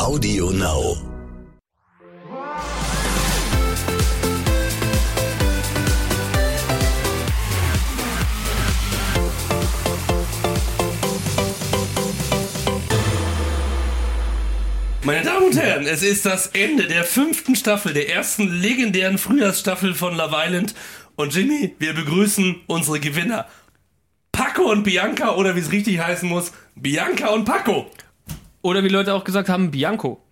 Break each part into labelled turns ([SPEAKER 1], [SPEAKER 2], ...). [SPEAKER 1] Audio Now.
[SPEAKER 2] Meine Damen und Herren, es ist das Ende der fünften Staffel, der ersten legendären Frühjahrsstaffel von Love Island. Und Jimmy, wir begrüßen unsere Gewinner. Paco und Bianca, oder wie es richtig heißen muss, Bianca und Paco.
[SPEAKER 3] Oder wie Leute auch gesagt haben, Bianco.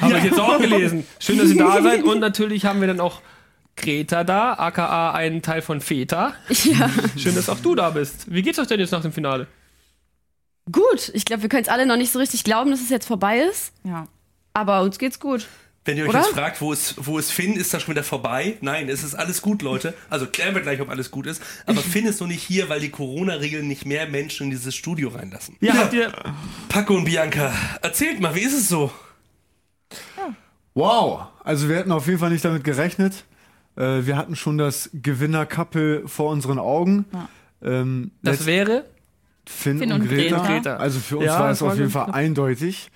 [SPEAKER 3] Habe ich jetzt auch gelesen. Schön, dass ihr da seid. Und natürlich haben wir dann auch Greta da, aka einen Teil von Feta.
[SPEAKER 4] Ja.
[SPEAKER 3] Schön, dass auch du da bist. Wie geht's euch denn jetzt nach dem Finale?
[SPEAKER 4] Gut, ich glaube, wir können es alle noch nicht so richtig glauben, dass es jetzt vorbei ist,
[SPEAKER 5] Ja.
[SPEAKER 4] aber uns geht's gut.
[SPEAKER 2] Wenn ihr euch
[SPEAKER 4] Oder?
[SPEAKER 2] jetzt fragt, wo ist, wo ist Finn, ist das schon wieder vorbei? Nein, es ist alles gut, Leute. Also klären wir gleich, ob alles gut ist. Aber Finn ist noch nicht hier, weil die Corona-Regeln nicht mehr Menschen in dieses Studio reinlassen.
[SPEAKER 3] Ja, habt ihr.
[SPEAKER 2] Paco und Bianca, erzählt mal, wie ist es so?
[SPEAKER 6] Wow, also wir hätten auf jeden Fall nicht damit gerechnet. Äh, wir hatten schon das Gewinner-Couple vor unseren Augen. Ähm,
[SPEAKER 3] Das
[SPEAKER 6] letzt-
[SPEAKER 3] wäre.
[SPEAKER 6] Finn,
[SPEAKER 5] Finn
[SPEAKER 6] und,
[SPEAKER 5] und
[SPEAKER 6] Greta.
[SPEAKER 3] Greta.
[SPEAKER 6] Also für uns
[SPEAKER 3] Ja,
[SPEAKER 6] war
[SPEAKER 3] das
[SPEAKER 6] es auf
[SPEAKER 3] war
[SPEAKER 6] jeden
[SPEAKER 3] ganz
[SPEAKER 6] Fall
[SPEAKER 3] knapp.
[SPEAKER 6] eindeutig.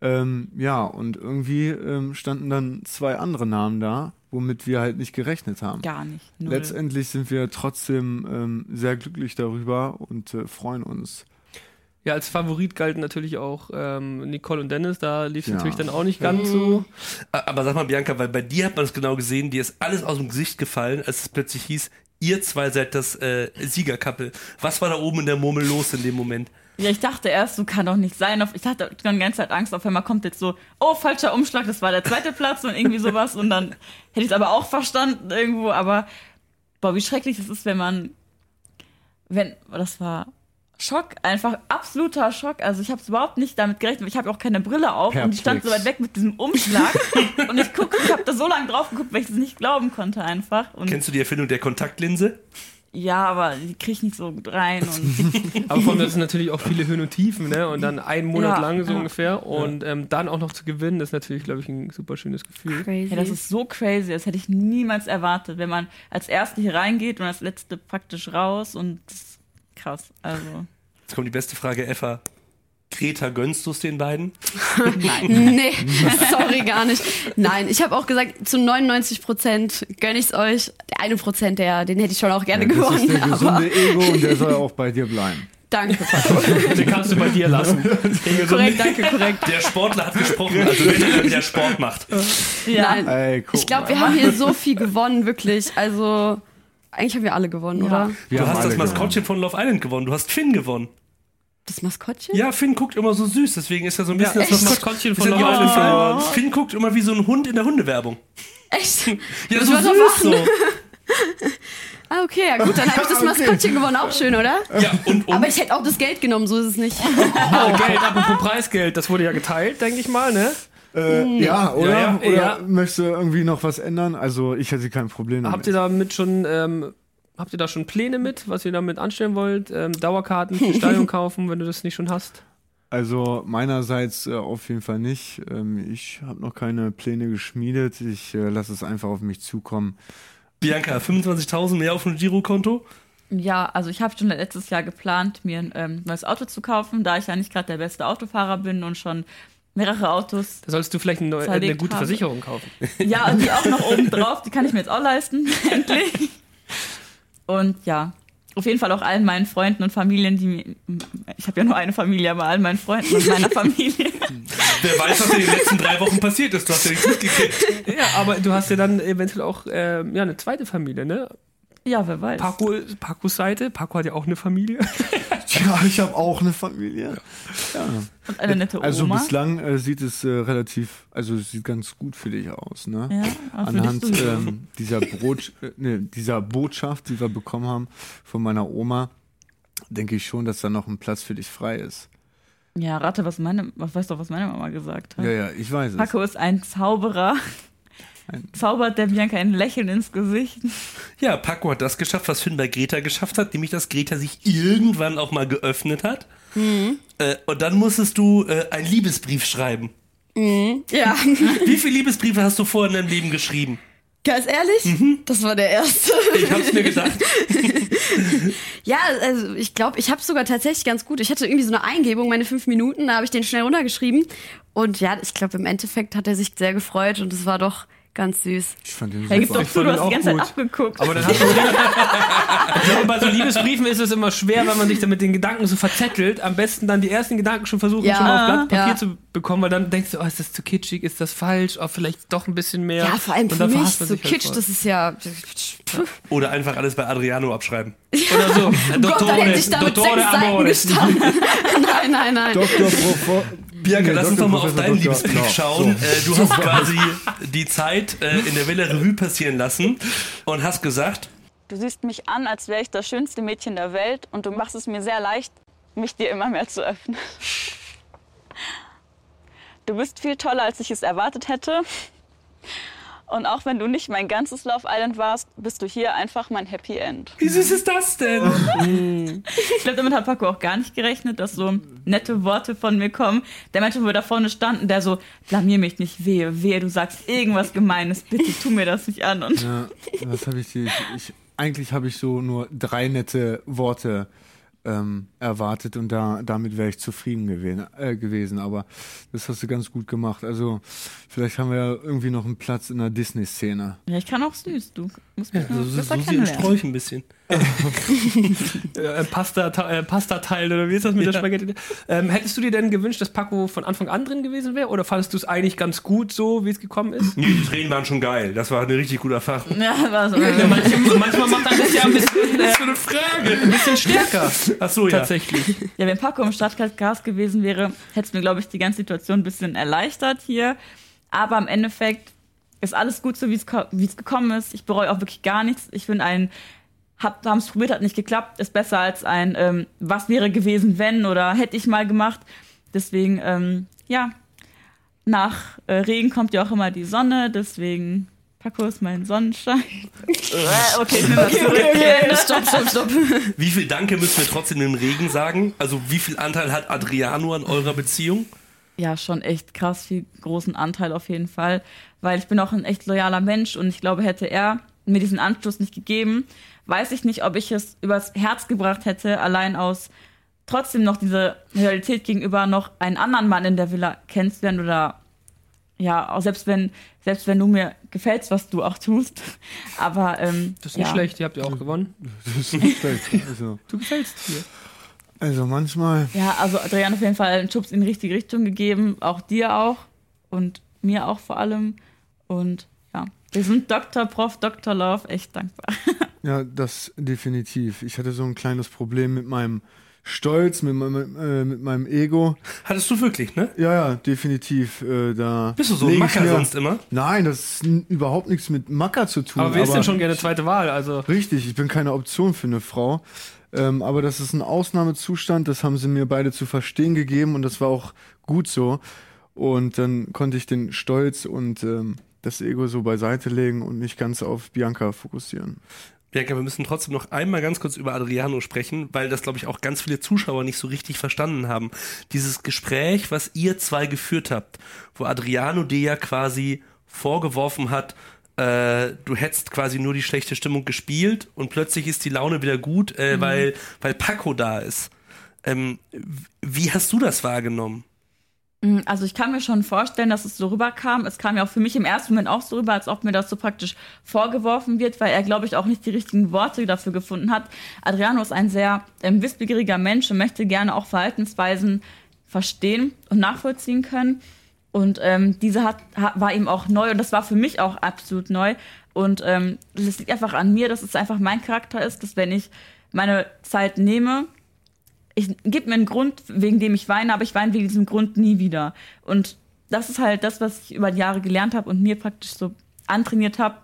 [SPEAKER 6] Ähm, ja, und irgendwie ähm, standen dann zwei andere Namen da, womit wir halt nicht gerechnet haben.
[SPEAKER 5] Gar nicht. Null.
[SPEAKER 6] Letztendlich sind wir trotzdem ähm, sehr glücklich darüber und äh, freuen uns.
[SPEAKER 3] Ja, als Favorit galten natürlich auch ähm, Nicole und Dennis. Da lief es
[SPEAKER 6] Ja.
[SPEAKER 3] natürlich dann auch nicht ganz so.
[SPEAKER 2] Aber sag mal, Bianca, weil bei dir hat man es genau gesehen, dir ist alles aus dem Gesicht gefallen, als es plötzlich hieß, ihr zwei seid das äh, Siegerkappel. Was war da oben in der Murmel los in dem Moment?
[SPEAKER 5] Ja, ich dachte erst, so kann doch nicht sein. Auf- Ich hatte die ganze Zeit Angst, auf einmal kommt jetzt so, oh, falscher Umschlag, das war der zweite Platz und irgendwie sowas. Und dann hätte ich es aber auch verstanden irgendwo. Aber, boah, wie schrecklich das ist, wenn man, wenn, das war Schock, einfach absoluter Schock. Also ich habe es überhaupt nicht damit gerechnet. Ich habe auch keine Brille auf und ich stand so weit
[SPEAKER 6] Perplex.
[SPEAKER 5] weg mit diesem Umschlag. und ich gucke, ich habe da so lange drauf geguckt, weil ich es nicht glauben konnte einfach. Und
[SPEAKER 2] Kennst du die Erfindung der Kontaktlinse?
[SPEAKER 5] ja, aber die kriege ich nicht so gut rein. Und
[SPEAKER 3] Aber vor allem, das sind natürlich auch viele Höhen und Tiefen, ne? Und dann einen Monat
[SPEAKER 5] Mhm. Ja,
[SPEAKER 3] lang so
[SPEAKER 5] ja.
[SPEAKER 3] ungefähr. Und ähm, dann auch noch zu gewinnen, das ist natürlich, glaube ich, ein super schönes Gefühl.
[SPEAKER 4] Crazy.
[SPEAKER 5] Ja, das ist so crazy. Das hätte ich niemals erwartet, wenn man als Erste hier reingeht und als Letzte praktisch raus und das ist krass. Also
[SPEAKER 2] Jetzt kommt die beste Frage ever. Greta, gönnst du es den beiden?
[SPEAKER 4] nee, sorry, gar nicht. Nein, ich habe auch gesagt, zu 99 Prozent gönne ich's euch. Der eine Prozent, der, den hätte ich schon auch gerne
[SPEAKER 6] das ist
[SPEAKER 4] gewonnen.
[SPEAKER 6] der
[SPEAKER 4] Aber
[SPEAKER 6] gesunde E- Ego und der soll auch bei dir bleiben.
[SPEAKER 4] danke.
[SPEAKER 3] Den kannst du bei dir lassen.
[SPEAKER 5] korrekt, danke, korrekt.
[SPEAKER 2] Der Sportler hat gesprochen, also wenn er wieder Sport macht.
[SPEAKER 5] Ja.
[SPEAKER 4] Nein.
[SPEAKER 6] Ey, guck
[SPEAKER 4] ich glaube, wir haben hier so viel gewonnen, wirklich. Also, eigentlich haben wir alle gewonnen, oder?
[SPEAKER 6] Wir
[SPEAKER 2] du
[SPEAKER 6] haben
[SPEAKER 2] hast das
[SPEAKER 6] alle
[SPEAKER 2] Maskottchen von Love Island gewonnen, du hast Finn gewonnen.
[SPEAKER 4] Das Maskottchen?
[SPEAKER 2] Ja, Finn guckt immer so süß, deswegen ist er so ein bisschen das
[SPEAKER 3] echt?
[SPEAKER 2] Maskottchen von
[SPEAKER 3] Ist
[SPEAKER 2] Love
[SPEAKER 3] ja
[SPEAKER 2] Island.
[SPEAKER 3] aufgefallen.
[SPEAKER 2] geworden. Finn guckt immer wie so ein Hund in der Hundewerbung.
[SPEAKER 4] Echt?
[SPEAKER 2] Ja,
[SPEAKER 4] Muss
[SPEAKER 2] so
[SPEAKER 4] man doch
[SPEAKER 2] süß so.
[SPEAKER 4] Ah, okay, ja gut, dann habe ich das Maskottchen gewonnen. Auch schön, oder?
[SPEAKER 2] Ja, und, und
[SPEAKER 4] Aber ich hätte auch das Geld genommen, so ist es nicht.
[SPEAKER 3] Oh, Geld, apropos Preisgeld, das wurde ja geteilt, denke ich mal, ne?
[SPEAKER 6] Äh, ja, oder?
[SPEAKER 3] Ja, ja,
[SPEAKER 6] oder
[SPEAKER 3] ja.
[SPEAKER 6] möchtest du irgendwie noch was ändern? Also ich hätte kein Problem damit.
[SPEAKER 3] Habt ihr damit schon, ähm, habt ihr da schon Pläne mit, was ihr damit anstellen wollt? Ähm, Dauerkarten, Stadion kaufen, wenn du das nicht schon hast?
[SPEAKER 6] also meinerseits äh, auf jeden Fall nicht. Ähm, ich habe noch keine Pläne geschmiedet. Ich äh, lasse es einfach auf mich zukommen.
[SPEAKER 2] Bianca, 25.000 mehr auf dem Girokonto?
[SPEAKER 5] Ja, also ich habe schon letztes Jahr geplant, mir ein ähm, neues Auto zu kaufen, da ich ja nicht gerade der beste Autofahrer bin und schon mehrere Autos.
[SPEAKER 3] Da sollst du vielleicht eine, neue, äh, eine
[SPEAKER 5] Zerlegt
[SPEAKER 3] gute
[SPEAKER 5] habe.
[SPEAKER 3] Versicherung kaufen.
[SPEAKER 5] Ja, und die auch noch oben drauf, die kann ich mir jetzt auch leisten, endlich. Und ja, auf jeden Fall auch allen meinen Freunden und Familien, die mir, ich habe ja nur eine Familie, aber allen meinen Freunden und meiner Familie.
[SPEAKER 2] Wer weiß, was in den letzten drei Wochen passiert ist. Du hast ja nichts mitgekriegt.
[SPEAKER 3] Ja, aber du hast ja dann eventuell auch ähm, ja, eine zweite Familie, ne?
[SPEAKER 5] Ja, wer weiß.
[SPEAKER 3] Paco, Pacos Seite, Paco hat ja auch eine Familie.
[SPEAKER 6] Ja, ich habe auch eine Familie.
[SPEAKER 5] Und eine nette
[SPEAKER 6] Also
[SPEAKER 5] Oma.
[SPEAKER 6] bislang äh, sieht es äh, relativ, also es sieht ganz gut für dich aus, ne?
[SPEAKER 5] Ja, aber für dich
[SPEAKER 6] Anhand
[SPEAKER 5] sowieso.
[SPEAKER 6] ähm, dieser, Brot, äh, nee, dieser Botschaft, die wir bekommen haben von meiner Oma, denke ich schon, dass da noch ein Platz für dich frei ist.
[SPEAKER 5] ja, rate, was meine, was weißt du, was meine Mama gesagt hat?
[SPEAKER 6] Ja, ja, ich weiß es.
[SPEAKER 5] Paco ist ein Zauberer. Zaubert der Bianca ein Lächeln ins Gesicht.
[SPEAKER 2] Ja, Paco hat das geschafft, was Finn bei Greta geschafft hat, nämlich, dass Greta sich irgendwann auch mal geöffnet hat. Äh, und dann musstest du äh, einen Liebesbrief schreiben.
[SPEAKER 4] Ja.
[SPEAKER 2] Wie viele Liebesbriefe hast du vorher in deinem Leben geschrieben?
[SPEAKER 4] Ganz ehrlich? Das war der erste.
[SPEAKER 2] Ich hab's mir gedacht.
[SPEAKER 4] Ja, also ich glaube, ich habe sogar tatsächlich ganz gut. Ich hatte irgendwie so eine Eingebung, meine fünf Minuten, da habe ich den schnell runtergeschrieben. Und ja, ich glaube, im Endeffekt hat er sich sehr gefreut und es war doch ganz süß.
[SPEAKER 6] Ich fand den
[SPEAKER 5] Da gibt's
[SPEAKER 6] super.
[SPEAKER 5] doch
[SPEAKER 3] Ich fand
[SPEAKER 5] zu, du
[SPEAKER 3] den
[SPEAKER 5] hast die
[SPEAKER 3] auch
[SPEAKER 5] ganze
[SPEAKER 3] gut.
[SPEAKER 5] Zeit abgeguckt.
[SPEAKER 3] Aber dann hast du Ich glaube, bei so Also Liebesbriefen ist es immer schwer, weil man sich damit den Gedanken so verzettelt. Am besten dann die ersten Gedanken schon versuchen,
[SPEAKER 4] Ja.
[SPEAKER 3] schon mal auf Blatt Papier
[SPEAKER 4] Ja.
[SPEAKER 3] zu bekommen, weil dann denkst du, oh, ist das zu kitschig, ist das falsch, oh, vielleicht doch ein bisschen mehr.
[SPEAKER 4] Ja, vor allem
[SPEAKER 3] Und
[SPEAKER 4] für
[SPEAKER 3] dann
[SPEAKER 4] mich,
[SPEAKER 3] verhasst man
[SPEAKER 4] so
[SPEAKER 3] sich halt
[SPEAKER 4] kitsch,
[SPEAKER 3] voll.
[SPEAKER 4] das ist ja.
[SPEAKER 2] Oder einfach alles bei Adriano abschreiben.
[SPEAKER 3] Oder so.
[SPEAKER 4] Gott, dann hätte ich damit sechs Seiten gestanden. nein, nein, nein.
[SPEAKER 6] Dr. Professor.
[SPEAKER 2] Bianca,
[SPEAKER 6] Nee,
[SPEAKER 2] lass uns doch
[SPEAKER 6] Dr.
[SPEAKER 2] mal auf
[SPEAKER 6] Professor
[SPEAKER 2] deinen
[SPEAKER 6] Dr.
[SPEAKER 2] Liebesbrief
[SPEAKER 6] Genau.
[SPEAKER 2] schauen.
[SPEAKER 6] So.
[SPEAKER 2] Äh, du hast quasi die Zeit äh, in der Welle Revue passieren lassen und hast gesagt,
[SPEAKER 5] Du siehst mich an, als wäre ich das schönste Mädchen der Welt und du machst es mir sehr leicht, mich dir immer mehr zu öffnen. Du bist viel toller, als ich es erwartet hätte. Und auch wenn du nicht mein ganzes Love Island warst, bist du hier einfach mein Happy End.
[SPEAKER 2] wie süß ist das denn?
[SPEAKER 5] Ich glaube, damit hat Paco auch gar nicht gerechnet, dass so nette Worte von mir kommen. Der Mensch, wo wir da vorne standen, der so, blamier mich nicht, wehe, wehe, du sagst irgendwas Gemeines, bitte tu mir das nicht an. Und
[SPEAKER 6] Ja, was habe ich, dir- ich, ich Eigentlich habe ich so nur drei nette Worte ähm, erwartet und da, damit wäre ich zufrieden gewesen, äh, gewesen. Aber das hast du ganz gut gemacht. Also vielleicht haben wir ja irgendwie noch einen Platz in der Disney-Szene.
[SPEAKER 5] ja, ich kann auch süß, du musst mich
[SPEAKER 2] So,
[SPEAKER 5] nur
[SPEAKER 2] so,
[SPEAKER 5] besser
[SPEAKER 2] Susi und
[SPEAKER 5] kennenlernen.
[SPEAKER 2] Sträuch ein bisschen.
[SPEAKER 3] Äh, Pasta, äh, Pastateil oder wie ist das mit der Spaghetti? Ähm, hättest du dir denn gewünscht, dass Paco von Anfang an drin gewesen wäre? Oder fandest du es eigentlich ganz gut so, wie es gekommen ist?
[SPEAKER 2] Nee, die Tränen waren schon geil. Das war eine richtig gute Erfahrung.
[SPEAKER 5] Ja, war so.
[SPEAKER 3] manchmal macht er das ja ein bisschen, äh,
[SPEAKER 2] Das ist so eine Frage.
[SPEAKER 3] stärker.
[SPEAKER 2] Ach so, ja.
[SPEAKER 3] Tatsächlich.
[SPEAKER 5] Ja, wenn Paco im Stadtcast gewesen wäre, hätte es mir, glaube ich, die ganze Situation ein bisschen erleichtert hier. Aber im Endeffekt ist alles gut so, wie es ko- wie es gekommen ist. Ich bereue auch wirklich gar nichts. Ich bin ein, hab, haben es probiert, hat nicht geklappt, ist besser als ein, ähm, was wäre gewesen, wenn oder hätte ich mal gemacht. Deswegen, ähm, ja, nach äh, Regen kommt ja auch immer die Sonne, deswegen. Paco ist mein Sonnenschein. Äh, okay, ich nehme das zurück.
[SPEAKER 4] Stopp, stopp, stopp.
[SPEAKER 2] Wie viel Danke müssen wir trotzdem dem Regen sagen? Also wie viel Anteil hat Adriano an eurer Beziehung?
[SPEAKER 5] ja schon echt krass viel großen Anteil auf jeden Fall, weil ich bin auch ein echt loyaler Mensch und ich glaube, hätte er mir diesen Anstoß nicht gegeben, weiß ich nicht, ob ich es übers Herz gebracht hätte, allein aus trotzdem noch diese Realität gegenüber noch einen anderen Mann in der Villa kennenzulernen oder ja, auch selbst wenn selbst wenn du mir gefällst, was du auch tust, aber ähm,
[SPEAKER 3] Das ist nicht
[SPEAKER 5] ja.
[SPEAKER 3] schlecht, ihr habt ja auch gewonnen.
[SPEAKER 6] Das ist nicht schlecht. Also,
[SPEAKER 3] Du gefällst dir.
[SPEAKER 6] also manchmal.
[SPEAKER 5] Ja, also Adrian auf jeden Fall einen Schubs in die richtige Richtung gegeben, auch dir auch und mir auch vor allem. Und ja, wir sind Dr. Prof, Dr. Love echt dankbar.
[SPEAKER 6] Ja, das definitiv. Ich hatte so ein kleines Problem mit meinem Stolz, mit meinem, äh, mit meinem Ego.
[SPEAKER 2] Hattest du wirklich, ne?
[SPEAKER 6] Ja, ja, definitiv. Äh, da
[SPEAKER 2] Bist du so ein
[SPEAKER 6] lege ich
[SPEAKER 2] Macker
[SPEAKER 6] mir-
[SPEAKER 2] sonst immer?
[SPEAKER 6] Nein, das ist n- überhaupt nichts mit Macker zu tun.
[SPEAKER 3] Aber wer ist denn schon gerne zweite Wahl? Also,
[SPEAKER 6] Richtig, ich bin keine Option für eine Frau. Ähm, aber das ist ein Ausnahmezustand, das haben sie mir beide zu verstehen gegeben und das war auch gut so. Und dann konnte ich den Stolz und ähm, das Ego so beiseite legen und mich ganz auf Bianca fokussieren.
[SPEAKER 2] Bianca, wir müssen trotzdem noch einmal ganz kurz über Adriano sprechen, weil das, glaube ich, auch ganz viele Zuschauer nicht so richtig verstanden haben. Dieses Gespräch, was ihr zwei geführt habt, wo Adriano dir ja quasi vorgeworfen hat, äh, du hättest quasi nur die schlechte Stimmung gespielt und plötzlich ist die Laune wieder gut, äh, weil, weil Paco da ist. Ähm, w- wie hast du das wahrgenommen?
[SPEAKER 5] Mm, Also ich kann mir schon vorstellen, dass es so rüberkam. Es kam ja auch für mich im ersten Moment auch so rüber, als ob mir das so praktisch vorgeworfen wird, weil er, glaube ich, auch nicht die richtigen Worte dafür gefunden hat. Adriano ist ein sehr ähm, wissbegieriger Mensch und möchte gerne auch Verhaltensweisen verstehen und nachvollziehen können. Und ähm, diese hat, ha- war ihm auch neu und das war für mich auch absolut neu. Und ähm, das liegt einfach an mir, dass es einfach mein Charakter ist, dass wenn ich meine Zeit nehme, ich gebe mir einen Grund, wegen dem ich weine, aber ich weine wegen diesem Grund nie wieder. Und das ist halt das, was ich über die Jahre gelernt habe und mir praktisch so antrainiert habe,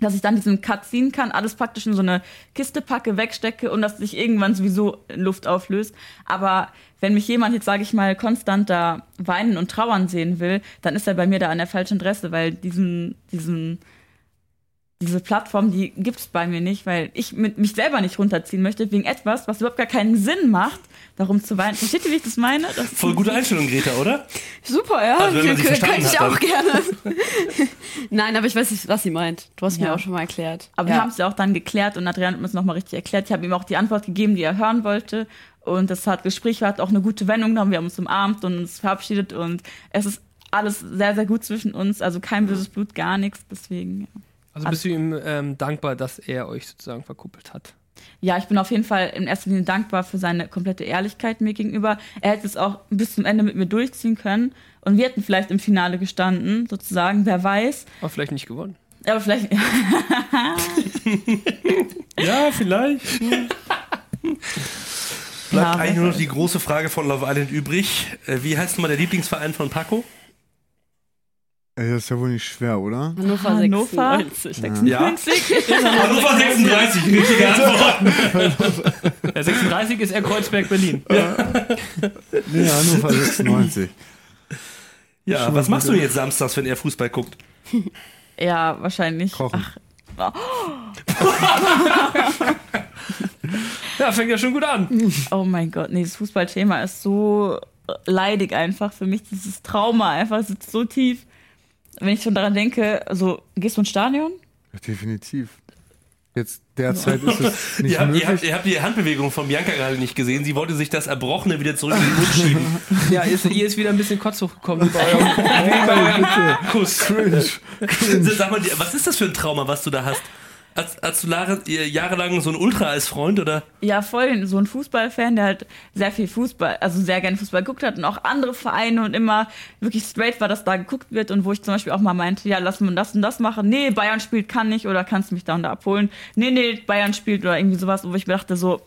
[SPEAKER 5] dass ich dann diesen Cut ziehen kann, alles praktisch in so eine Kiste packe, wegstecke und dass sich irgendwann sowieso in Luft auflöst. Aber wenn mich jemand jetzt, sage ich mal, konstant da weinen und trauern sehen will, dann ist er bei mir da an der falschen Adresse, weil diesen, diesen diese Plattform, die gibt's bei mir nicht, weil ich mit mich selber nicht runterziehen möchte, wegen etwas, was überhaupt gar keinen Sinn macht, darum zu weinen. Versteht ihr, wie ich das meine? Das
[SPEAKER 2] Voll gute Einstellung, Greta, oder?
[SPEAKER 4] Super, ja.
[SPEAKER 2] Also, wenn man sie
[SPEAKER 4] Kön-
[SPEAKER 2] verstanden
[SPEAKER 4] könnte ich
[SPEAKER 2] hat,
[SPEAKER 4] auch gerne. Nein, aber ich weiß nicht, was sie meint. Du hast mir
[SPEAKER 5] Ja.
[SPEAKER 4] auch schon mal erklärt.
[SPEAKER 5] Aber
[SPEAKER 4] ja.
[SPEAKER 5] wir haben es ja auch dann geklärt und Adrian hat mir es nochmal richtig erklärt. Ich habe ihm auch die Antwort gegeben, die er hören wollte. Und das hat Gespräch war, hat auch eine gute Wendung genommen. Wir haben uns umarmt und uns verabschiedet und es ist alles sehr, sehr gut zwischen uns. Also kein böses Blut, gar nichts. Deswegen, ja.
[SPEAKER 3] Also bist du ihm ähm, dankbar, dass er euch sozusagen verkuppelt hat.
[SPEAKER 5] Ja, ich bin auf jeden Fall in erster Linie dankbar für seine komplette Ehrlichkeit mir gegenüber. Er hätte es auch bis zum Ende mit mir durchziehen können. Und wir hätten vielleicht im Finale gestanden, sozusagen, wer weiß.
[SPEAKER 3] Aber vielleicht nicht gewonnen.
[SPEAKER 5] Aber vielleicht,
[SPEAKER 2] Ja, vielleicht. Bleibt
[SPEAKER 5] Ja,
[SPEAKER 2] eigentlich nur noch die große Frage von Love Island übrig. Äh, Wie heißt nochmal der Lieblingsverein von Paco?
[SPEAKER 6] Ey, das ist ja wohl nicht schwer, oder?
[SPEAKER 4] Hannover,
[SPEAKER 5] Hannover?
[SPEAKER 4] 96.
[SPEAKER 2] Ja. Hannover 36, richtige Antwort.
[SPEAKER 3] Der 36 ist er Kreuzberg Berlin.
[SPEAKER 6] Nee, Hannover 96.
[SPEAKER 2] Ja, was machst du jetzt samstags, wenn er Fußball guckt?
[SPEAKER 5] ja, wahrscheinlich.
[SPEAKER 6] Kochen.
[SPEAKER 3] Ja, fängt ja schon gut an.
[SPEAKER 5] Oh mein Gott, nee, das Fußballthema ist so leidig einfach für mich. Dieses Trauma einfach sitzt so tief. Wenn ich schon daran denke, also gehst du ins Stadion?
[SPEAKER 6] Ja, definitiv. Jetzt derzeit ist es nicht
[SPEAKER 2] Ihr habt, ihr, habt,
[SPEAKER 6] möglich.
[SPEAKER 2] ihr habt die Handbewegung von Bianca gerade nicht gesehen. Sie wollte sich das Erbrochene wieder zurück in den Mund schieben.
[SPEAKER 3] Ja, ist, ihr ist wieder ein bisschen kurz hochgekommen wie bei eurem, wie bei eurem Kuss.
[SPEAKER 6] Cringe.
[SPEAKER 2] Sag mal, was ist das für ein Trauma, was du da hast? Hast, hast du Lara- ihr jahrelang so ein Ultra als Freund oder?
[SPEAKER 5] Ja, voll so ein Fußballfan, der halt sehr viel Fußball, also sehr gerne Fußball geguckt hat und auch andere Vereine und immer wirklich straight war, dass da geguckt wird und wo ich zum Beispiel auch mal meinte, ja, lass mal das und das machen. Nee, Bayern spielt, kann nicht oder kannst du mich da und da abholen. Nee, nee, Bayern spielt oder irgendwie sowas, wo ich mir dachte so,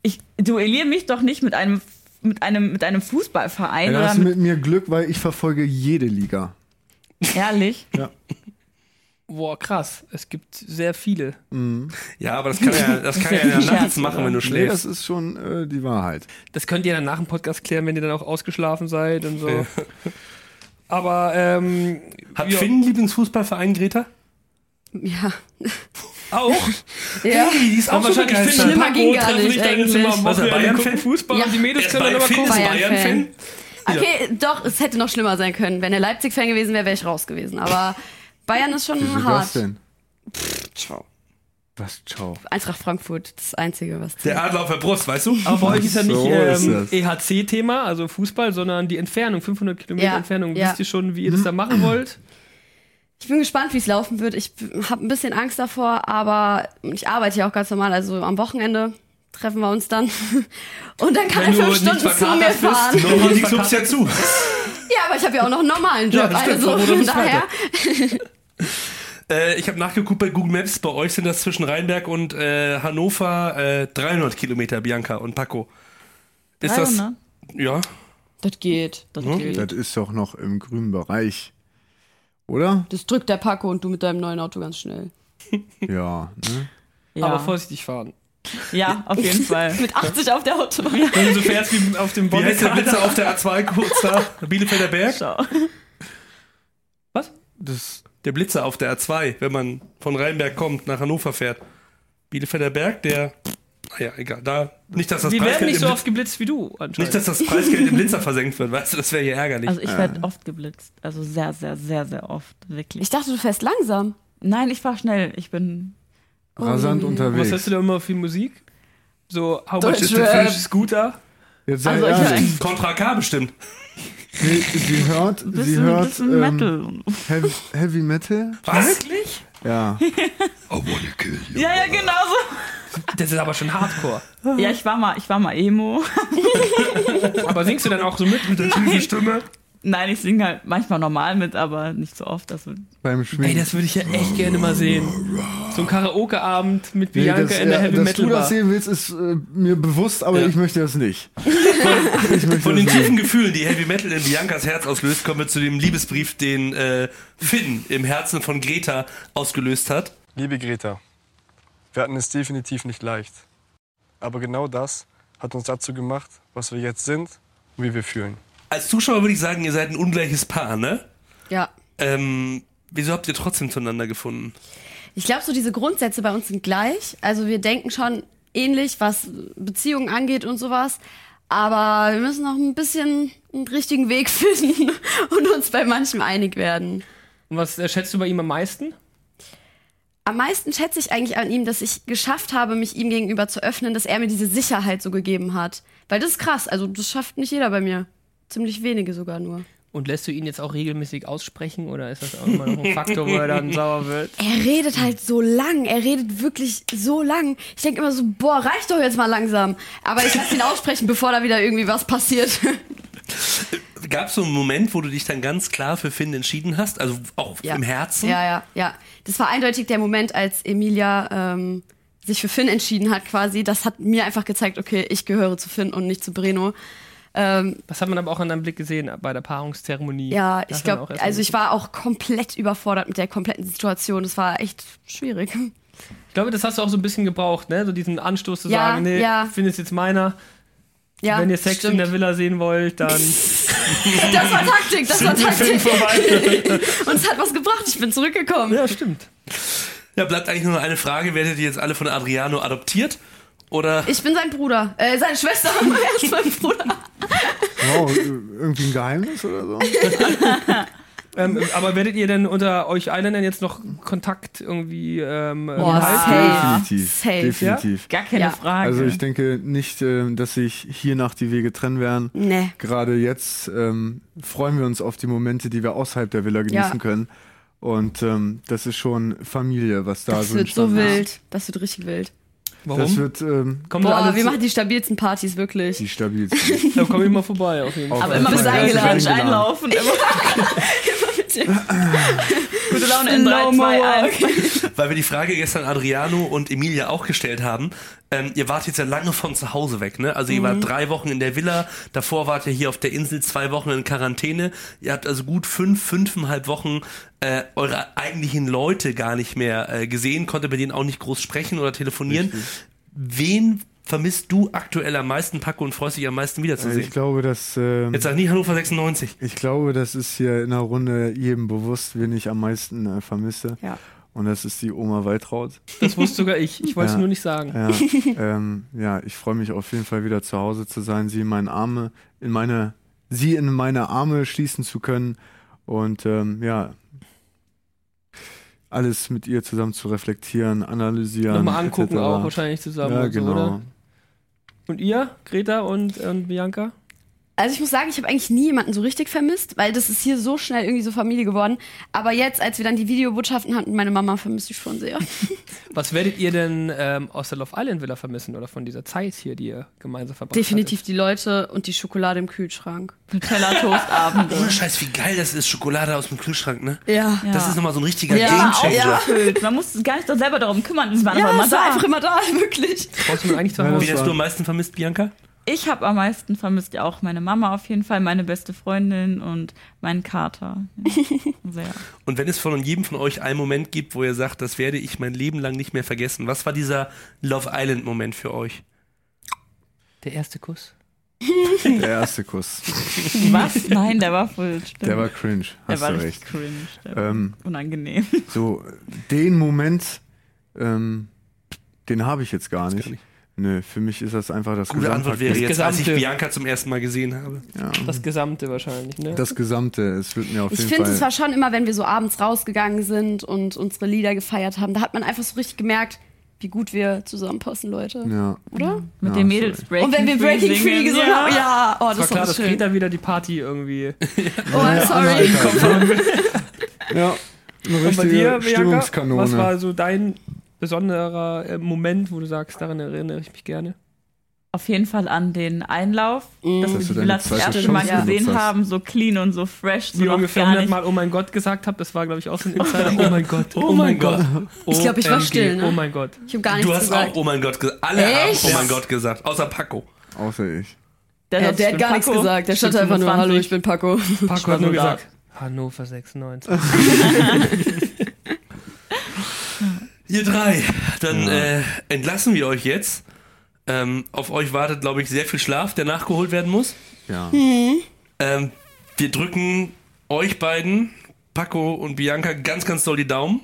[SPEAKER 5] ich duelliere mich doch nicht mit einem mit einem mit einem Fußballverein
[SPEAKER 6] Ey, da
[SPEAKER 5] oder
[SPEAKER 6] hast du mit mir Glück, weil ich verfolge jede Liga.
[SPEAKER 5] Ehrlich?
[SPEAKER 3] Boah, krass. Es gibt sehr viele.
[SPEAKER 2] Ja, aber das kann ja, das kann ja
[SPEAKER 5] Scherz,
[SPEAKER 2] nachts machen, wenn du
[SPEAKER 6] Nee,
[SPEAKER 2] schläfst.
[SPEAKER 6] das ist schon äh, die Wahrheit.
[SPEAKER 3] Das könnt ihr dann nach dem Podcast klären, wenn ihr dann auch ausgeschlafen seid und so. Aber ähm,
[SPEAKER 2] Hat
[SPEAKER 3] ja.
[SPEAKER 2] Finn einen Lieblingsfußballverein, Greta?
[SPEAKER 4] Ja.
[SPEAKER 3] auch
[SPEAKER 4] ja.
[SPEAKER 2] die ist
[SPEAKER 3] Aber wahrscheinlich
[SPEAKER 2] begeistert.
[SPEAKER 3] finden
[SPEAKER 4] Schlimmer ging gar nicht eigentlich.
[SPEAKER 2] Was, er
[SPEAKER 3] Bayern
[SPEAKER 2] Bayern-Fan?
[SPEAKER 3] Also Fußball
[SPEAKER 4] Ja.
[SPEAKER 3] und die Mädels
[SPEAKER 2] Er
[SPEAKER 3] können dann
[SPEAKER 2] ist
[SPEAKER 3] immer
[SPEAKER 2] Bayern- Finn
[SPEAKER 3] gucken.
[SPEAKER 2] ist
[SPEAKER 4] Bayern-Fan.
[SPEAKER 2] Bayern-Fan.
[SPEAKER 4] Okay, doch, es hätte noch schlimmer sein können. Wenn er Leipzig-Fan gewesen wäre, wäre ich raus gewesen. Aber Bayern ist schon
[SPEAKER 6] Wieso das
[SPEAKER 4] hart.
[SPEAKER 6] denn?
[SPEAKER 4] Ciao.
[SPEAKER 6] Was, ciao.
[SPEAKER 4] Eintracht Frankfurt, das Einzige, was zählt.
[SPEAKER 2] Der Adler auf der Brust, weißt du?
[SPEAKER 3] Aber bei euch ist ja nicht
[SPEAKER 6] So ist
[SPEAKER 3] ähm,
[SPEAKER 6] das.
[SPEAKER 3] EHC-Thema, also Fußball, sondern die Entfernung, 500 Kilometer
[SPEAKER 4] Ja,
[SPEAKER 3] Entfernung.
[SPEAKER 4] ja.
[SPEAKER 3] Wisst ihr schon, wie ihr das da machen wollt?
[SPEAKER 4] Ich bin gespannt, wie es laufen wird. Ich habe ein bisschen Angst davor, aber ich arbeite ja auch ganz normal. Also am Wochenende treffen wir uns dann. Und dann kann er fünf Stunden zu mir
[SPEAKER 2] ne?
[SPEAKER 4] fahren.
[SPEAKER 2] Normal, die Clubs ja zu.
[SPEAKER 4] Ja, aber ich habe ja auch noch einen normalen
[SPEAKER 2] Ja,
[SPEAKER 4] Job.
[SPEAKER 2] das stimmt.
[SPEAKER 4] also
[SPEAKER 2] Von Montag
[SPEAKER 4] von
[SPEAKER 2] bis
[SPEAKER 4] daher.
[SPEAKER 2] Äh, ich habe nachgeguckt bei Google Maps, bei euch sind das zwischen Rheinberg und äh, Hannover äh, 300 Kilometer, Bianca und Paco. Ist das,
[SPEAKER 5] 300?
[SPEAKER 2] ja,
[SPEAKER 4] Das geht. Das
[SPEAKER 2] Hm?
[SPEAKER 4] geht.
[SPEAKER 6] Das ist doch noch im grünen Bereich. Oder?
[SPEAKER 4] Das drückt der Paco und du mit deinem neuen Auto ganz schnell.
[SPEAKER 6] Ja. Ne?
[SPEAKER 5] Ja.
[SPEAKER 3] Aber vorsichtig fahren.
[SPEAKER 5] ja, auf jeden Fall.
[SPEAKER 4] Mit 80 auf der Autobahn.
[SPEAKER 3] Wenn du so fährst Also wie auf dem
[SPEAKER 2] wie heißt der
[SPEAKER 3] Bonnekamp.
[SPEAKER 2] Blitzer auf der A2 kurz da? Bielefelder Berg?
[SPEAKER 5] Schau.
[SPEAKER 3] Was?
[SPEAKER 6] Das,
[SPEAKER 2] Der Blitzer auf der A2, wenn man von Rheinberg kommt, nach Hannover fährt. Bielefelder Berg, der, naja, egal, da, nicht, dass das
[SPEAKER 3] Wir werden
[SPEAKER 2] Preisgeld
[SPEAKER 3] nicht so
[SPEAKER 2] im
[SPEAKER 3] oft geblitzt wie du anscheinend.
[SPEAKER 2] nicht, dass das Preisgeld im Blitzer versenkt wird, weißt du, das wäre hier ärgerlich.
[SPEAKER 5] Also ich werde oft geblitzt. Also sehr, sehr, sehr, sehr oft. Wirklich.
[SPEAKER 4] Ich dachte, du fährst langsam.
[SPEAKER 5] Nein, ich fahre schnell. Ich bin.
[SPEAKER 4] Oh
[SPEAKER 6] rasant
[SPEAKER 3] Was hörst
[SPEAKER 6] unterwegs.
[SPEAKER 3] du da immer für Musik? So, how much
[SPEAKER 4] Deutsch
[SPEAKER 3] is the
[SPEAKER 4] Rap.
[SPEAKER 3] Finnish Scooter?
[SPEAKER 6] Jetzt sei
[SPEAKER 5] Also ich
[SPEAKER 6] ehrlich.
[SPEAKER 5] höre-
[SPEAKER 2] Contra K bestimmt.
[SPEAKER 6] Sie, sie hört, sie
[SPEAKER 5] Bisschen,
[SPEAKER 6] hört
[SPEAKER 5] bisschen
[SPEAKER 6] ähm,
[SPEAKER 5] Metal.
[SPEAKER 6] Heavy, Heavy Metal.
[SPEAKER 2] Was?
[SPEAKER 6] Ja.
[SPEAKER 5] Ja, ja, genau so.
[SPEAKER 3] Das ist aber schon Hardcore.
[SPEAKER 5] Ja, ich war mal, ich war mal Emo.
[SPEAKER 3] Aber singst du dann auch so mit mit der tiefen Stimme?
[SPEAKER 5] Nein, ich singe halt manchmal normal mit, aber nicht so oft. Also,
[SPEAKER 6] Beim
[SPEAKER 3] Ey,
[SPEAKER 6] Schminken.
[SPEAKER 3] das würde ich ja echt gerne mal sehen. So ein Karaoke-Abend mit
[SPEAKER 6] Nee,
[SPEAKER 3] Bianca
[SPEAKER 6] das,
[SPEAKER 3] in der
[SPEAKER 6] äh,
[SPEAKER 3] Heavy
[SPEAKER 6] dass
[SPEAKER 3] Metal
[SPEAKER 6] du das
[SPEAKER 3] Bar.
[SPEAKER 6] sehen willst, ist äh, mir bewusst, aber
[SPEAKER 2] Ja.
[SPEAKER 6] ich möchte das nicht. Ich möchte
[SPEAKER 2] Von
[SPEAKER 6] das
[SPEAKER 2] den
[SPEAKER 6] nicht.
[SPEAKER 2] tiefen Gefühlen, die Heavy Metal in Biancas Herz auslöst, kommen wir zu dem Liebesbrief, den äh, Finn im Herzen von Greta ausgelöst hat.
[SPEAKER 1] Liebe Greta, wir hatten es definitiv nicht leicht. Aber genau das hat uns dazu gemacht, was wir jetzt sind und wie wir fühlen.
[SPEAKER 2] Als Zuschauer würde ich sagen, ihr seid ein ungleiches Paar, ne?
[SPEAKER 4] Ja.
[SPEAKER 2] Ähm, wieso habt ihr trotzdem zueinander gefunden?
[SPEAKER 4] Ich glaube, so diese Grundsätze bei uns sind gleich. Also wir denken schon ähnlich, was Beziehungen angeht und sowas. Aber wir müssen noch ein bisschen einen richtigen Weg finden und uns bei manchem einig werden.
[SPEAKER 3] Und was äh, schätzt du bei ihm am meisten?
[SPEAKER 4] Am meisten schätze ich eigentlich an ihm, dass ich geschafft habe, mich ihm gegenüber zu öffnen, dass er mir diese Sicherheit so gegeben hat. Weil das ist krass. Also das schafft nicht jeder bei mir. Ziemlich wenige sogar nur.
[SPEAKER 3] Und lässt du ihn jetzt auch regelmäßig aussprechen oder ist das auch immer noch ein Faktor, wo er dann sauer wird?
[SPEAKER 4] Er redet
[SPEAKER 3] Hm.
[SPEAKER 4] halt so lang. Er redet wirklich so lang. Ich denke immer so, boah, reicht doch jetzt mal langsam. Aber ich lasse ihn aussprechen, bevor da wieder irgendwie was passiert.
[SPEAKER 2] Gab es so einen Moment, wo du dich dann ganz klar für Finn entschieden hast? Also auch im Herzen?
[SPEAKER 4] Ja, ja, ja. Das war eindeutig der Moment, als Emilia ähm, sich für Finn entschieden hat, quasi. Das hat mir einfach gezeigt, okay, ich gehöre zu Finn und nicht zu Breno. Ähm,
[SPEAKER 3] Das hat man aber auch an deinem Blick gesehen äh, bei der Paarungszeremonie.
[SPEAKER 4] ja,
[SPEAKER 3] Da
[SPEAKER 4] ich
[SPEAKER 3] hat man auch
[SPEAKER 4] glaube,
[SPEAKER 3] erstmal-
[SPEAKER 4] also ich war auch komplett überfordert mit der kompletten Situation. Das war echt schwierig.
[SPEAKER 3] ich glaube, das hast du auch so ein bisschen gebraucht, ne? So diesen Anstoß zu
[SPEAKER 4] Ja,
[SPEAKER 3] sagen, nee,
[SPEAKER 4] ja.
[SPEAKER 3] findest jetzt meiner.
[SPEAKER 4] Ja,
[SPEAKER 3] Wenn ihr Sex in
[SPEAKER 4] stimmt.
[SPEAKER 3] der Villa sehen wollt, dann
[SPEAKER 4] Das war Taktik, das war Taktik.
[SPEAKER 2] vorbei.
[SPEAKER 4] Und es hat was gebracht. Ich bin zurückgekommen.
[SPEAKER 3] ja, stimmt.
[SPEAKER 2] Ja, bleibt eigentlich nur noch eine Frage. Werdet ihr jetzt alle von Adriano adoptiert? Oder
[SPEAKER 4] Ich bin sein Bruder. Äh, seine Schwester. er ist mein Bruder.
[SPEAKER 6] Wow, irgendwie ein Geheimnis oder so?
[SPEAKER 3] Ähm, aber werdet ihr denn unter euch allen denn jetzt noch Kontakt irgendwie ähm,
[SPEAKER 4] Boah,
[SPEAKER 3] halten?
[SPEAKER 4] safe. Ja.
[SPEAKER 6] Definitiv.
[SPEAKER 4] Ah, Safe.
[SPEAKER 6] definitiv.
[SPEAKER 5] Gar keine
[SPEAKER 4] Ja.
[SPEAKER 5] Frage.
[SPEAKER 6] Also ich denke nicht, ähm, dass sich hiernach die Wege trennen werden.
[SPEAKER 4] Nee.
[SPEAKER 6] Gerade jetzt ähm, freuen wir uns auf die Momente, die wir außerhalb der Villa genießen
[SPEAKER 4] Ja.
[SPEAKER 6] können. Und ähm, das ist schon Familie, was da
[SPEAKER 4] Das
[SPEAKER 3] Also
[SPEAKER 6] so
[SPEAKER 4] wird so
[SPEAKER 6] entstanden ist.
[SPEAKER 4] wild. Das wird richtig wild.
[SPEAKER 6] Das
[SPEAKER 3] Warum?
[SPEAKER 6] wird ähm,
[SPEAKER 3] Kommen wir
[SPEAKER 4] Boah,
[SPEAKER 3] alle
[SPEAKER 4] wir
[SPEAKER 3] zu-
[SPEAKER 4] machen die stabilsten Partys, wirklich.
[SPEAKER 6] die stabilste.
[SPEAKER 3] Da komme ich mal vorbei auf jeden Fall.
[SPEAKER 5] aber immer
[SPEAKER 4] Auf
[SPEAKER 5] mit
[SPEAKER 4] jeden Fall.
[SPEAKER 5] einem Quatsch
[SPEAKER 6] Eingeladen.
[SPEAKER 5] einlaufen. Immer. Gute Laune in 3,
[SPEAKER 4] Slow-mo
[SPEAKER 5] 2, 1.
[SPEAKER 2] weil wir die Frage gestern Adriano und Emilia auch gestellt haben. Ähm, ihr wart jetzt ja lange von zu Hause weg, ne? Also ihr wart drei Wochen in der Villa, davor wart ihr hier auf der Insel zwei Wochen in Quarantäne. Ihr habt also gut fünf, fünfeinhalb Wochen äh, eure eigentlichen Leute gar nicht mehr äh, gesehen, konnte mit denen auch nicht groß sprechen oder telefonieren. Wen vermisst du aktuell am meisten, Paco, und freust dich am meisten
[SPEAKER 6] Ich
[SPEAKER 2] wiederzusehen?
[SPEAKER 6] glaube, dass ähm,
[SPEAKER 2] Jetzt sag nie Hannover 96.
[SPEAKER 6] ich glaube, das ist hier in der Runde jedem bewusst, wen ich am meisten äh, vermisse.
[SPEAKER 4] Ja.
[SPEAKER 6] Und das ist die Oma Waltraud.
[SPEAKER 3] Das wusste sogar ich. Ich wollte es
[SPEAKER 6] Ja.
[SPEAKER 3] nur nicht sagen.
[SPEAKER 6] Ja, ähm, ja ich freue mich auf jeden Fall wieder zu Hause zu sein, sie in meine Arme, in meine, sie in meine Arme schließen zu können und ähm, ja, alles mit ihr zusammen zu reflektieren, analysieren.
[SPEAKER 3] Nochmal angucken
[SPEAKER 6] etc..
[SPEAKER 3] auch wahrscheinlich zusammen
[SPEAKER 6] Ja,
[SPEAKER 3] und so,
[SPEAKER 6] genau.
[SPEAKER 3] oder? Und ihr, Greta und, und Bianca?
[SPEAKER 4] Also ich muss sagen, ich habe eigentlich nie jemanden so richtig vermisst, weil das ist hier so schnell irgendwie so Familie geworden. Aber jetzt, als wir dann die Videobotschaften hatten, meine Mama vermisst ich schon sehr.
[SPEAKER 3] Was werdet ihr denn ähm, aus der Love Island Villa vermissen oder von dieser Zeit hier, die ihr gemeinsam verbracht
[SPEAKER 4] Definitiv die Leute und die Schokolade im Kühlschrank.
[SPEAKER 5] Nutella Toastabend.
[SPEAKER 2] Ohne Scheiß, wie geil das ist, Schokolade aus dem Kühlschrank, ne?
[SPEAKER 4] Ja.
[SPEAKER 5] Ja.
[SPEAKER 2] Das ist nochmal so ein richtiger
[SPEAKER 5] Ja,
[SPEAKER 2] Gamechanger.
[SPEAKER 5] aufgefüllt. Man muss gar nicht doch selber darum kümmern. Das war
[SPEAKER 4] Ja,
[SPEAKER 5] einfach mal
[SPEAKER 4] es war
[SPEAKER 5] da.
[SPEAKER 4] einfach immer da, wirklich.
[SPEAKER 3] hattet? Brauchst du nur eigentlich zu
[SPEAKER 6] Ja,
[SPEAKER 3] Hause?
[SPEAKER 2] Wie hast du am meisten vermisst, Bianca?
[SPEAKER 5] Ich habe am meisten vermisst ja auch meine Mama auf jeden Fall, meine beste Freundin und meinen Kater. Ja, sehr.
[SPEAKER 2] Und wenn es von jedem von euch einen Moment gibt, wo ihr sagt, das werde ich mein Leben lang nicht mehr vergessen, was war dieser Love Island-Moment für euch?
[SPEAKER 3] Der erste Kuss.
[SPEAKER 6] Der erste Kuss,
[SPEAKER 5] Was? Nein, der war voll schlimm.
[SPEAKER 6] der war cringe,
[SPEAKER 5] Der
[SPEAKER 6] hast
[SPEAKER 5] war
[SPEAKER 6] du
[SPEAKER 5] richtig
[SPEAKER 6] recht.
[SPEAKER 5] cringe. Der war
[SPEAKER 6] Ähm,
[SPEAKER 5] unangenehm.
[SPEAKER 6] so, den Moment, ähm, den habe ich jetzt gar nicht. Nö, für mich ist das einfach das
[SPEAKER 2] Gute Antwort wäre
[SPEAKER 6] Gesamtpaket.
[SPEAKER 2] jetzt, als ich
[SPEAKER 3] Gesamte-
[SPEAKER 2] Bianca zum ersten Mal gesehen habe.
[SPEAKER 3] Das Gesamte wahrscheinlich, ne?
[SPEAKER 6] Das Gesamte, es wird mir auf
[SPEAKER 4] Ich
[SPEAKER 6] jeden
[SPEAKER 4] finde,
[SPEAKER 6] Fall...
[SPEAKER 4] es war schon immer, wenn wir so abends rausgegangen sind und unsere Lieder gefeiert haben, da hat man einfach so richtig gemerkt, wie gut wir zusammenpassen, Leute.
[SPEAKER 6] ja.
[SPEAKER 4] Oder?
[SPEAKER 5] Mit
[SPEAKER 6] Ja,
[SPEAKER 5] den
[SPEAKER 6] Ah,
[SPEAKER 5] Mädels
[SPEAKER 6] sorry.
[SPEAKER 5] Breaking
[SPEAKER 4] und wenn wir Breaking Free
[SPEAKER 5] singen,
[SPEAKER 4] gesungen haben, ja, oh, das,
[SPEAKER 3] Es war klar,
[SPEAKER 4] so
[SPEAKER 3] dass
[SPEAKER 4] schön.
[SPEAKER 3] Greta wieder die Party irgendwie.
[SPEAKER 4] Oh, I'm sorry.
[SPEAKER 6] Ja, eine
[SPEAKER 3] Und bei
[SPEAKER 6] richtige
[SPEAKER 3] dir, Bianca,
[SPEAKER 6] Stimmungskanone.
[SPEAKER 3] was war so dein besonderer äh, Moment, wo du sagst, daran erinnere ich mich gerne?
[SPEAKER 5] Auf jeden Fall an den Einlauf, dass
[SPEAKER 4] Mm,
[SPEAKER 6] Dass du
[SPEAKER 5] wir die
[SPEAKER 6] deine
[SPEAKER 5] Platz das
[SPEAKER 6] zweite
[SPEAKER 5] erste
[SPEAKER 4] Chance
[SPEAKER 5] Mal
[SPEAKER 4] genutzt
[SPEAKER 5] gesehen
[SPEAKER 6] hast.
[SPEAKER 5] haben, so clean und so fresh, so
[SPEAKER 3] Wie
[SPEAKER 5] noch
[SPEAKER 3] ungefähr
[SPEAKER 5] gar nicht.
[SPEAKER 3] hundertmal Oh mein Gott gesagt habt, das war, glaube ich, auch so ein Insider. Oh mein Gott, oh
[SPEAKER 2] mein
[SPEAKER 3] mein Gott.
[SPEAKER 4] Ich glaub, ich war
[SPEAKER 3] OMG,
[SPEAKER 4] still, ne?
[SPEAKER 3] Oh mein Gott.
[SPEAKER 4] Ich habe gar nichts
[SPEAKER 2] Du hast
[SPEAKER 4] gesagt.
[SPEAKER 2] auch, oh mein Gott, gesagt. Alle haben
[SPEAKER 4] Echt?
[SPEAKER 2] oh mein Gott gesagt, außer Paco.
[SPEAKER 6] Außer ich.
[SPEAKER 5] Der,
[SPEAKER 4] Ja,
[SPEAKER 5] sagt,
[SPEAKER 4] der
[SPEAKER 5] ich
[SPEAKER 4] hat
[SPEAKER 5] bin
[SPEAKER 4] gar nichts
[SPEAKER 5] Paco,
[SPEAKER 4] gesagt. Der stand einfach nur,
[SPEAKER 5] 25.
[SPEAKER 4] hallo, ich bin Paco.
[SPEAKER 3] Paco
[SPEAKER 5] war
[SPEAKER 3] hat nur
[SPEAKER 5] nur da.
[SPEAKER 3] gesagt, Hannover 96.
[SPEAKER 2] Ihr drei, dann äh, entlassen wir euch jetzt. Ähm, auf euch wartet, glaube ich, sehr viel Schlaf, der
[SPEAKER 6] Hm.
[SPEAKER 2] nachgeholt werden muss.
[SPEAKER 6] Ja.
[SPEAKER 2] Ähm, wir drücken euch beiden, Paco und Bianca ganz, ganz doll die Daumen,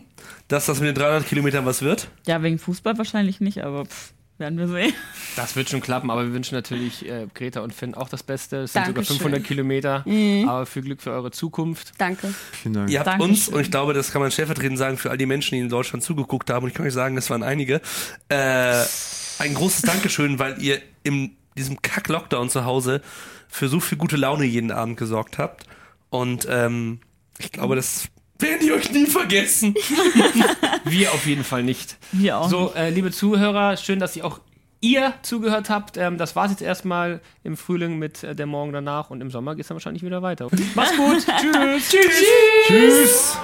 [SPEAKER 2] dass das mit den 300 Kilometern was wird.
[SPEAKER 5] Ja, wegen Fußball wahrscheinlich nicht, aber pff, werden wir sehen.
[SPEAKER 3] Das wird schon klappen, aber wir wünschen natürlich äh, Greta und Finn auch das Beste. Es sind
[SPEAKER 4] Dankeschön.
[SPEAKER 3] sogar 500 Kilometer, aber viel Glück für eure Zukunft.
[SPEAKER 4] Danke.
[SPEAKER 6] Vielen Dank.
[SPEAKER 2] Ihr habt
[SPEAKER 5] Dankeschön.
[SPEAKER 2] uns, und ich glaube, das kann man stellvertretend sagen, für all die Menschen, die in Deutschland zugeguckt haben, und ich kann euch sagen, das waren einige, äh, ein großes Dankeschön, weil ihr in diesem Kack-Lockdown zu Hause für so viel gute Laune jeden Abend gesorgt habt. Und ähm, ich glaube, das werden die euch nie vergessen.
[SPEAKER 3] Wir auf jeden Fall nicht.
[SPEAKER 5] Wir auch.
[SPEAKER 3] So, äh, liebe Zuhörer, schön, dass ihr auch ihr zugehört habt. Ähm, das war's jetzt erstmal im Frühling mit äh, der Morgen danach und im Sommer geht's dann wahrscheinlich wieder weiter. Macht's gut. Tschüss. Tschüss.
[SPEAKER 6] Tschüss.